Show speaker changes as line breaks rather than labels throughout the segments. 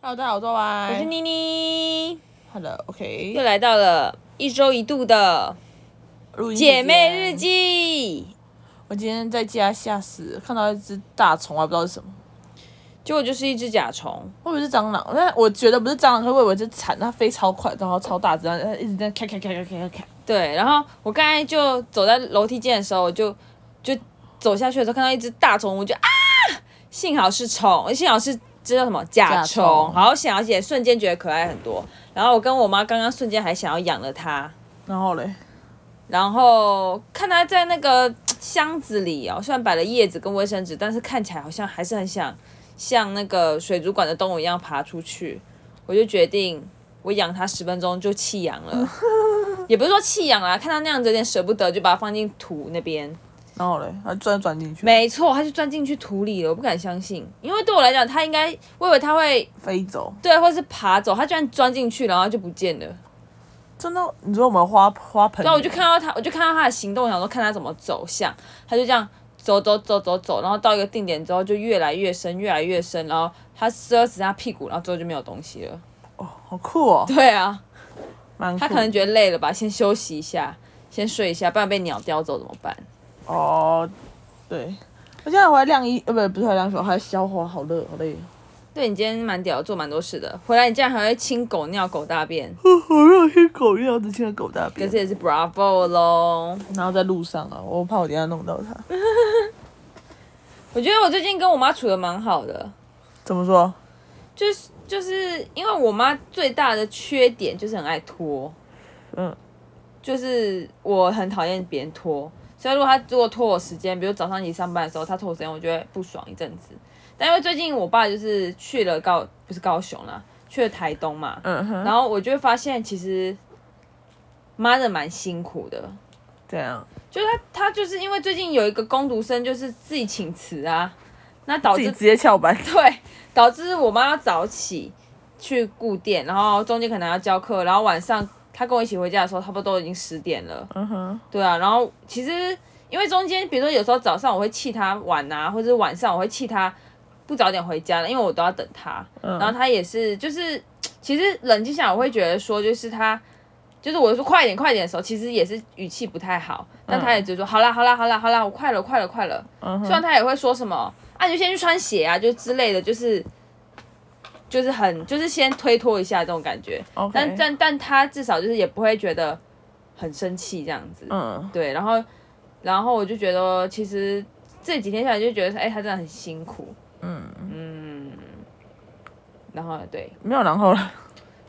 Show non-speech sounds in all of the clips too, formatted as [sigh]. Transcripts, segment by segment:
Hello，大家好，我是 Y。
我是妮妮，
Hello，OK、
又来到了一周一度的
录音时
姐
间
妹日。记，
我今天在家吓死了，看到一只大虫，我还不知道是什么，
结果就是一只甲虫，
我以为是蟑螂，但我觉得不是蟑螂，可是我以为是蝉，它飞超快，然后超大只，然后一直在咔咔咔咔咔咔咔。
对。然后我刚才就走在楼梯间的时候，我就就走下去的时候看到一只大虫，我就啊，幸好是虫，幸好是这叫什么甲
甲虫
虫，好想，而且瞬间觉得可爱很多。然后我跟我妈刚刚瞬间还想要养了它，
然后嘞，
然后看它在那个箱子里哦，虽然摆了叶子跟卫生纸，但是看起来好像还是很想像那个水族馆的动物一样爬出去。我就决定，我养它十分钟就弃养了，也不是说弃养啦，看它那样子有点舍不得，就把它放进土那边。
然后嘞，它钻钻进去，
没错，它就钻进去土里了，我不敢相信，因为对我来讲，它应该，我以为它会
飞走。
对，或是爬走，它居然钻进去，然后就不见了。
真的，你说我们花花盆？
然啊后我就看到他，我就看到他的行动，我想说看他怎么走向，他就这样走走走走走，然后到一个定点之后就越来越深，越来越深，然后他遮死他屁股，然后之后就没有东西了。 [laughs]
好酷哦，
对啊，
蛮酷。
他可能觉得累了吧，先休息一下，先睡一下，不然被鸟叼走怎么办？
哦，对。我现在我还晾衣，呃，不，不是还晾手，我还消化，好热，好累。
对你今天蛮屌的，做蛮多事的，回来你竟然还会清狗尿、狗大便，
我没有听狗尿，只听了狗大
可
便
是。也是 bravo 喽。
然后在路上啊，我怕我等一下弄到它。
我觉得我最近跟我妈处的蛮好的，
怎么说？
就是就是因为我妈最大的缺点就是很爱拖，
嗯，
就是我很讨厌别人拖，所以如果她如果拖我时间，比如早上一起上班的时候，她拖我时间，我就会不爽一阵子。但因为最近我爸就是去了高不是高雄啦，去了台东嘛，
嗯哼，
然后我就会发现其实妈的蛮辛苦的，
这样
就是他他就是因为最近有一个工读生就是自己请辞啊，那导
自己
致
直接翘班。
[laughs] 对，导致我妈要早起去顾店，然后中间可能要教课，然后晚上她跟我一起回家的时候，差不多都已经十点了。
嗯哼，
对啊，然后其实因为中间，比如说有时候早上我会气她晚啊，或者是晚上我会气她不早点回家了，因为我都要等她。
嗯
然后她也是，就是其实冷静下来，我会觉得说，就是她。就是我说快点快点的时候，其实也是语气不太好，但她也只是说、好啦好啦好啦好啦，我快了快了快了。
嗯
虽然
哼，
他也会说什么啊，你就先去穿鞋啊，就之类的，就是就是很就是先推脱一下这种感觉。
OK
但但但他至少就是也不会觉得很生气这样子。
嗯，
对，然后然后我就觉得其实这几天下来就觉得，哎、他真的很辛苦。嗯嗯。然后对，
没有然后了。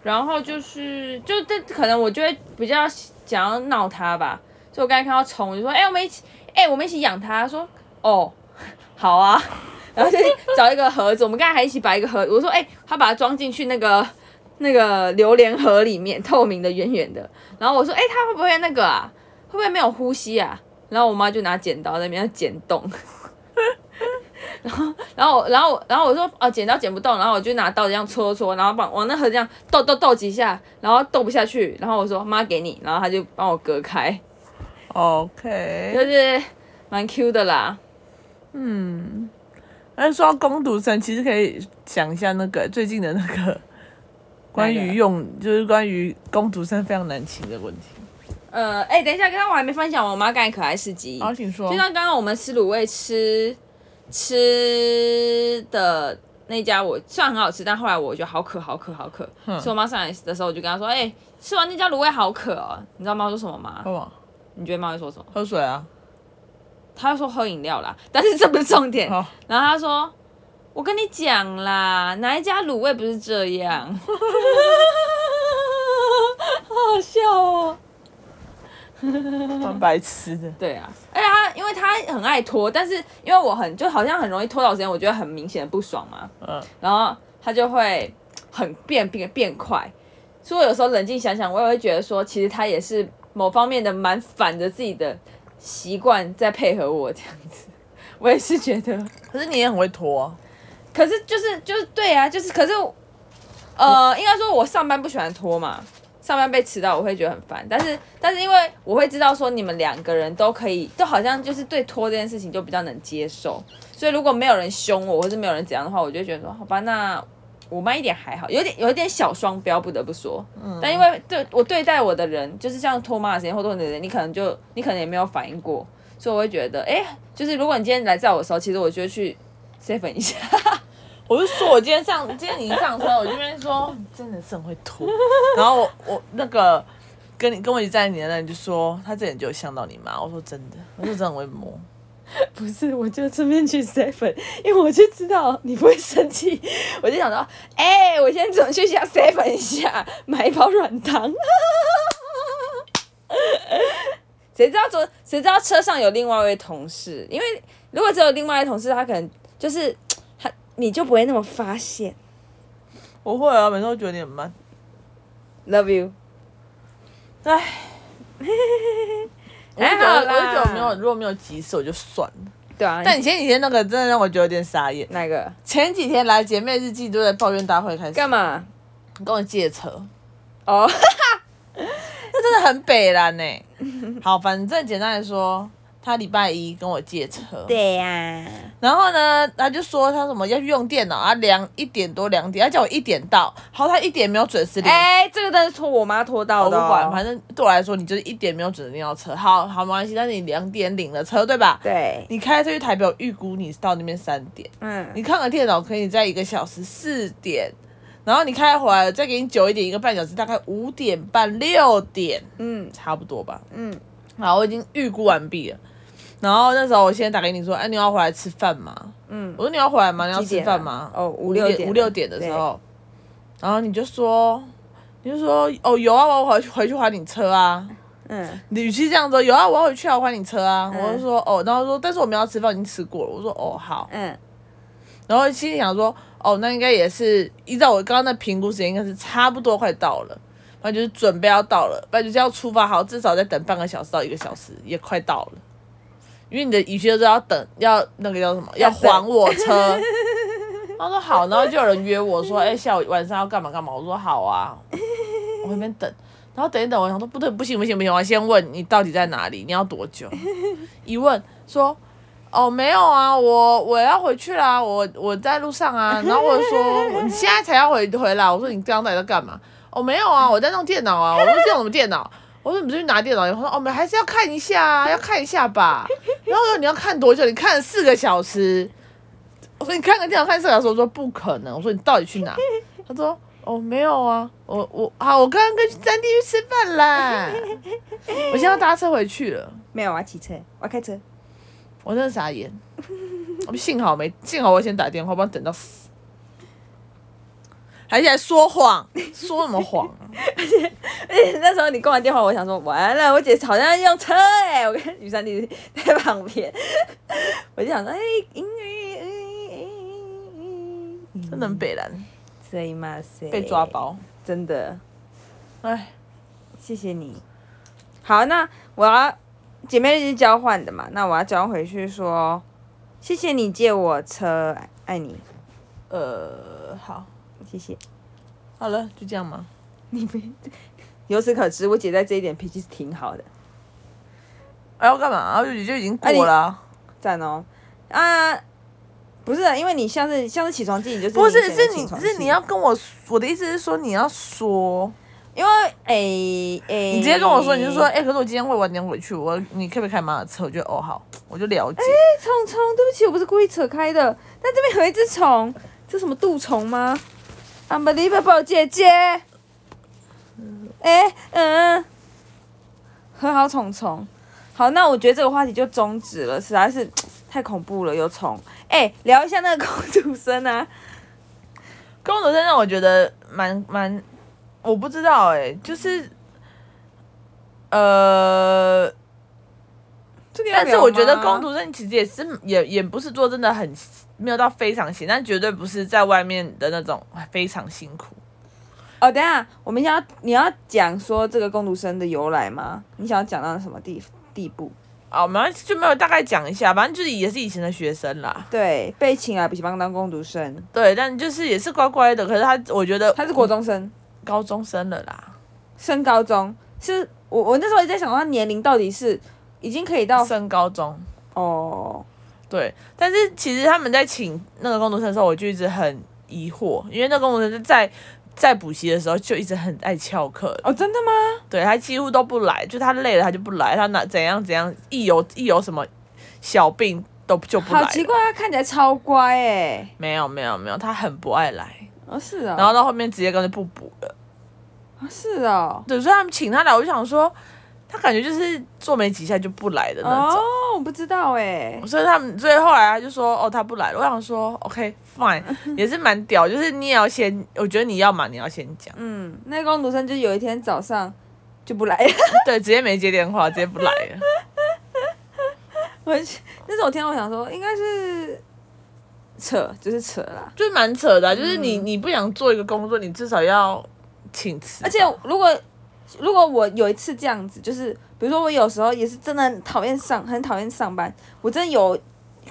然后就是，就这可能我就会比较想要闹他吧，所以我刚才看到虫，我就说，哎、我们一起，哎、我们一起养它。他说，哦， [laughs] 好啊，然后就找一个盒子，我们刚才还一起把一个盒，我说，哎、他把它装进去那个那个榴莲盒里面，透明的圆圆的。然后我说，哎、它会不会那个啊？会不会没有呼吸啊？然后我妈就拿剪刀在那边剪洞。然后我，然后我，然后我说，哦，剪刀剪不动，然后我就拿刀这样戳戳，然后往往那盒这样斗斗斗几下，然后斗不下去，然后我说妈给你，然后他就帮我隔开，就
OK，
是蛮 Q 的啦。
那哎说到攻读生，其实可以讲一下那个最近的那个关
哪
于
个
用，就是关于攻读生非常难请的问题。
呃，哎，等一下，刚刚我还没分享我妈干的可爱事迹，
好，请说
就。像刚刚我们吃卤味吃吃的那家我，虽然很好吃，但后来我觉得好渴好渴好渴，所以我妈上来的时候我就跟她说，哎、吃完那家卤味好渴哦，你知道妈说什么吗？
干嘛？
你觉得妈会说什么？
喝水啊。
她会说喝饮料啦，但是这不是重点，
好，
然后他说：“我跟你讲啦，哪一家卤味不是这样？” [laughs] 好好笑哦。
蛮白痴的。
对啊，而且他因为他很爱拖，但是因为我很就好像很容易拖到时间，我觉得很明显的不爽嘛。
嗯，
然后他就会很变变变快。所以我有时候冷静想想，我也会觉得说，其实他也是某方面的蛮反着自己的习惯在配合我这样子。我也是觉得。
可是你也很会拖啊。
可是就是就是对啊，就是可是，呃，应该说我上班不喜欢拖嘛，上班被迟到我会觉得很烦。但是但是因为我会知道说你们两个人都可以，都好像就是对拖这件事情就比较能接受。所以如果没有人凶我，或是没有人怎样的话，我就会觉得说好吧，那我慢一点还好，有点有一点小双标，不得不说。嗯。但因为对我对待我的人，就是像托马斯或者你的人，你可能就你可能也没有反应过，所以我会觉得，哎、就是如果你今天来载我的时候，其实我就会去 seven 一下。
我就说我今天上，今天你一上车，我这边说你真的是很会拖。然后我我那个跟你跟我一起站在你的那里就说他这点就有像到你妈，我说真的，我说真的很会摸。
不是，我就顺便去 seven，因为我就知道你不会生气，我就想说，哎、我先准去下 seven 一下，买一包软糖。谁知道昨谁知道车上有另外一位同事，因为如果只有另外一位同事，他可能就是他你就不会那么发现。
我会啊，每次都觉得你很慢。
Love you。
唉，哎我就
还
觉
好
得
啦
我就觉得没有，如果没有急事我就算了。
对啊，
但你前几天那个真的让我觉得有点傻眼。
哪个
前几天来姐妹日记都在抱怨大会开始，
干嘛？
跟我借车，
哦，
这真的很北然呢、好，反正简单来说，他礼拜一跟我借车，
对呀、
然后呢，他就说他什么要去用电脑啊，两一点多两点，他叫我一点到，好，他一点没有准时领。
哎、这个真的是托我妈拖
我
到
不
的、
管，
哦。
反正对我来说，你就是一点没有准时领到车，好好没关系。但是你两点领了车，对吧？
对，
你开车去台北，我预估你到那边三点，
嗯。
你看个电脑可以在一个小时四点，然后你开回来再给你久一点，一个半小时，大概五点半六点，
嗯
差不多吧。
嗯，
好，我已经预估完毕了。然后那时候我先打给你说，哎，你要回来吃饭吗？
嗯
我说你要回来吗？你要
几
吃
点
饭
啊
吗？
哦五
五
六
点
点
五
了
六点的时候，然后你就说，你就说哦有啊，我回去回去还你车啊。
嗯，
你语气这样说，有啊，我要回去啊，我还你车啊。
嗯
我就说哦，然后说但是我们要吃饭，已经吃过了。我说哦好，
嗯，
然后心里想说哦那应该也是依照我刚刚的评估时间，应该是差不多快到了。反正就是准备要到了，反正就是要出发，好，至少再等半个小时到一个小时，也快到了。因为你的语气就是要等，要那个叫什么，要
等
还我车。他说好，然后就有人约我说，哎、下午晚上要干嘛干嘛。我说好啊，我那边等，然后等一等，我想说不对，不行不行不行，我要先问你到底在哪里，你要多久？一问说，哦没有啊，我我要回去啦，我我在路上啊。然后我就说你现在才要回回来，我说你刚才在干嘛？哦没有啊，我在弄电脑啊。我说这种什么电脑？我说你不是去拿电脑？他说哦没有，还是要看一下啊，要看一下吧。然后我说你要看多久？你看了四个小时。我说你看个电脑看四个小时，我说不可能。我说你到底去哪？他说哦没有啊，我我啊我刚刚跟三弟去吃饭啦，我现在要搭车回去了。
没有，我要骑车，我要开车。
我真的傻眼， [laughs] 我幸好没，幸好我先打电话，不然等到死。而且还说谎，说什么谎啊？
而且那时候你挂完电话，我想说完了，我姐好像要用车哎、我跟雨珊弟弟在旁边，我就想说哎，因为
真的很北蓝，
所以嘛，谁
被抓，包。
真的，
哎，
谢谢你。好，那我要姐妹日是交换的嘛，那我要交换回去说，谢谢你借我车，爱你，
呃，好，
谢谢。
好了，就这样嘛。
由此可知，我姐在这一点脾气是挺好的。
哎，要干嘛？啊，就就已经过了啊。
赞哦啊！不是啊，因为你像是像是起床气，你就是
不是，
明显的
是你
起床气
是你要，跟我，我的意思是说你要说，
因为诶诶，
你直接跟我说，你就说，哎，可是我今天会晚点回去，我你可不可以开妈的车？我就哦好，我就了解。
虫虫，对不起，我不是故意扯开的，但这边有一只虫，这什么蠹虫吗？Unbelievable，姐姐，哎、嗯，和好虫虫，好，那我觉得这个话题就终止了，实在是太恐怖了，有虫，哎、聊一下那个公主生啊，
公主真让我觉得蛮蛮，我不知道哎、就是，呃，
这个要
但是我
聊
觉得
吗
公主镇其实也是也也不是做真的很没有到非常辛，但绝对不是在外面的那种哎非常辛苦。
哦，等一下，我们要你要讲说这个工读生的由来吗？你想要讲到什么地地步？
哦，我们就没有大概讲一下，反正就是也是以前的学生啦，
对，被请来补习班当工读生，
对，但就是也是乖乖的。可是他，我觉得
他是国中生，
高中生了啦，
升高中，是我我那时候也在想，他年龄到底是已经可以到
升高中，
哦，
对。但是其实他们在请那个工读生的时候，我就一直很疑惑，因为那个工程师在在补习的时候就一直很爱翘课，
哦，真的吗？
对他几乎都不来，就他累了他就不来，他哪怎样怎样，一有一有什么小病都就不来
好
了。
奇怪，他看起来超乖哎。
没有没有没有，他很不爱来，
哦，是哦。
然后到后面直接干脆不补了。
哦是哦。
对，所以他们请他来，我就想说，他感觉就是做没几下就不来的那种。
哦，我不知道哎。
所以他们，所以后来他就说，哦，他不来了。我想说，OK [laughs] fine，也是蛮屌，就是你也要先，我觉得你要嘛，你要先讲，
嗯，那个工读生就有一天早上就不来了。 [laughs]
对，直接没接电话，直接不来了。
我那时候我听到我想说，应该是扯，就是扯啦。
[laughs] 就是蛮扯的啊、就是你你不想做一个工作，你至少要请辞吧。
而且如果如果我有一次这样子，就是比如说我有时候也是真的很讨厌上，很讨厌上班，我真的有，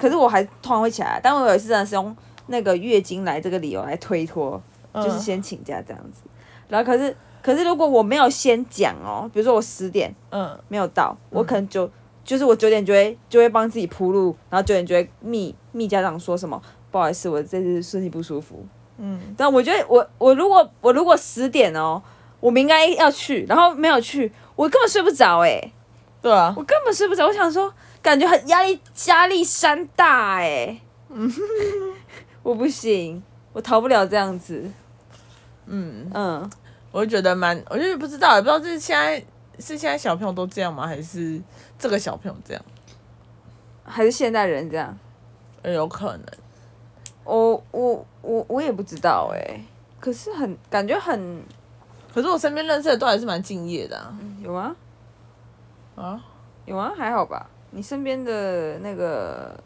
可是我还突然会起来。但我有一次真的是用那个月经来这个理由来推脱，
嗯
就是先请假这样子。然后可是可是如果我没有先讲哦，比如说我十点
嗯，
没有到，我可能就、就是我九点就会就会帮自己铺路，然后九点就会密密家长说什么，不好意思，我这次身体不舒服。
嗯，
但我觉得我我如果我如果十点哦，我们应该要去，然后没有去，我根本睡不着哎、
对啊
我，根本睡不着，我想说感觉很压力压力山大哎、我不行，我逃不了这样子，
嗯，
嗯，
我就觉得蛮，我就是不知道，也不知道这是现在是现在小朋友都这样吗？还是这个小朋友这样？
还是现代人这样。
呃有可能。
我我我我也不知道哎、可是很感觉很
可是我身边认识的都还是蛮敬业的啊。
有吗？
啊
有吗？还好吧。你身边的那个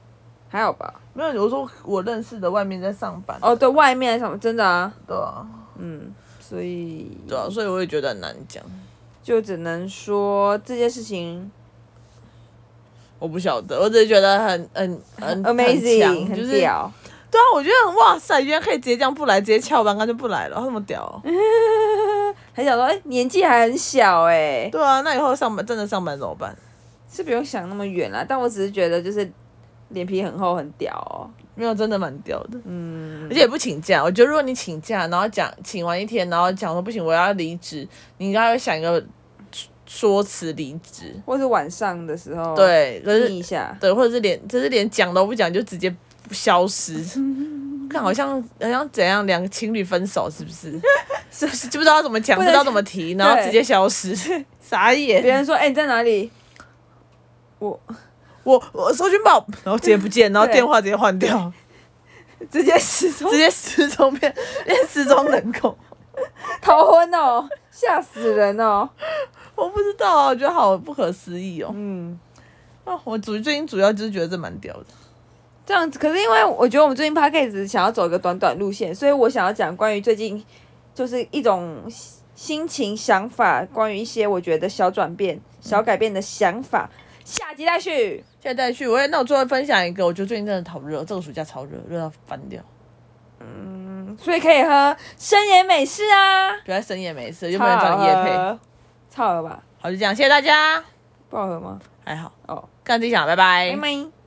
还好吧？
没有，我说我认识的外面在上班。
哦，对外面什么真的啊，
对啊，
嗯，所以
对啊，所以我也觉得很难讲，
就只能说这件事情
我不晓得，我只是觉得很很很
amazing
很强就是
很屌，
对啊，我觉得哇塞，原来可以直接这样不来，直接翘班，干脆不来了，那么屌哦、
嗯还想说哎、年纪还很小哎、
对啊，那以后上班真的上班怎么办？
是不用想那么远啦。但我只是觉得就是脸皮很厚很屌哦，
没有，真的蛮屌的，
嗯
而且也不请假。我觉得如果你请假，然后讲请完一天，然后讲说不行，我要离职，你应该会想一个说说辞离职。
或是晚上的时候
对，可
眯
是
一下，
对，或者是连就是连讲都不讲，就直接消
[laughs]
失。看，好像好像怎样，两个情侣分手是不是？
[laughs]
是不是就不知道怎么讲，
不
不
能
知道怎么提，然后直接消
[laughs]
失，傻
别
眼。
人说哎、你在哪里？我 [laughs]
我我搜寻宝，然后直接不见，然后
对
电话直接换掉，
直接失踪
直接失踪变变失踪人口。
逃婚哦，吓死人哦。
我不知道啊，我觉得好不可思议哦。
嗯，
啊，我主最近主要就是觉得这蛮屌的。
这样子，可是因为我觉得我们最近 p a c k a g e 想要走一个短短路线，所以我想要讲关于最近就是一种心心情、想法，关于一些我觉得小转变、小改变的想法。
嗯
下集待续。
现在带去，我也那我最后分享一个，我觉得最近真的好热，这个暑假超热，热到翻掉。
嗯所以可以喝深野美式啊，
不要深夜没事，又
超
没有人找
好
你夜配。
喝，超好喝吧？
好，就这样，谢谢大家。
不好喝吗？
还好，
哦，哎
干自己想，拜拜
拜拜。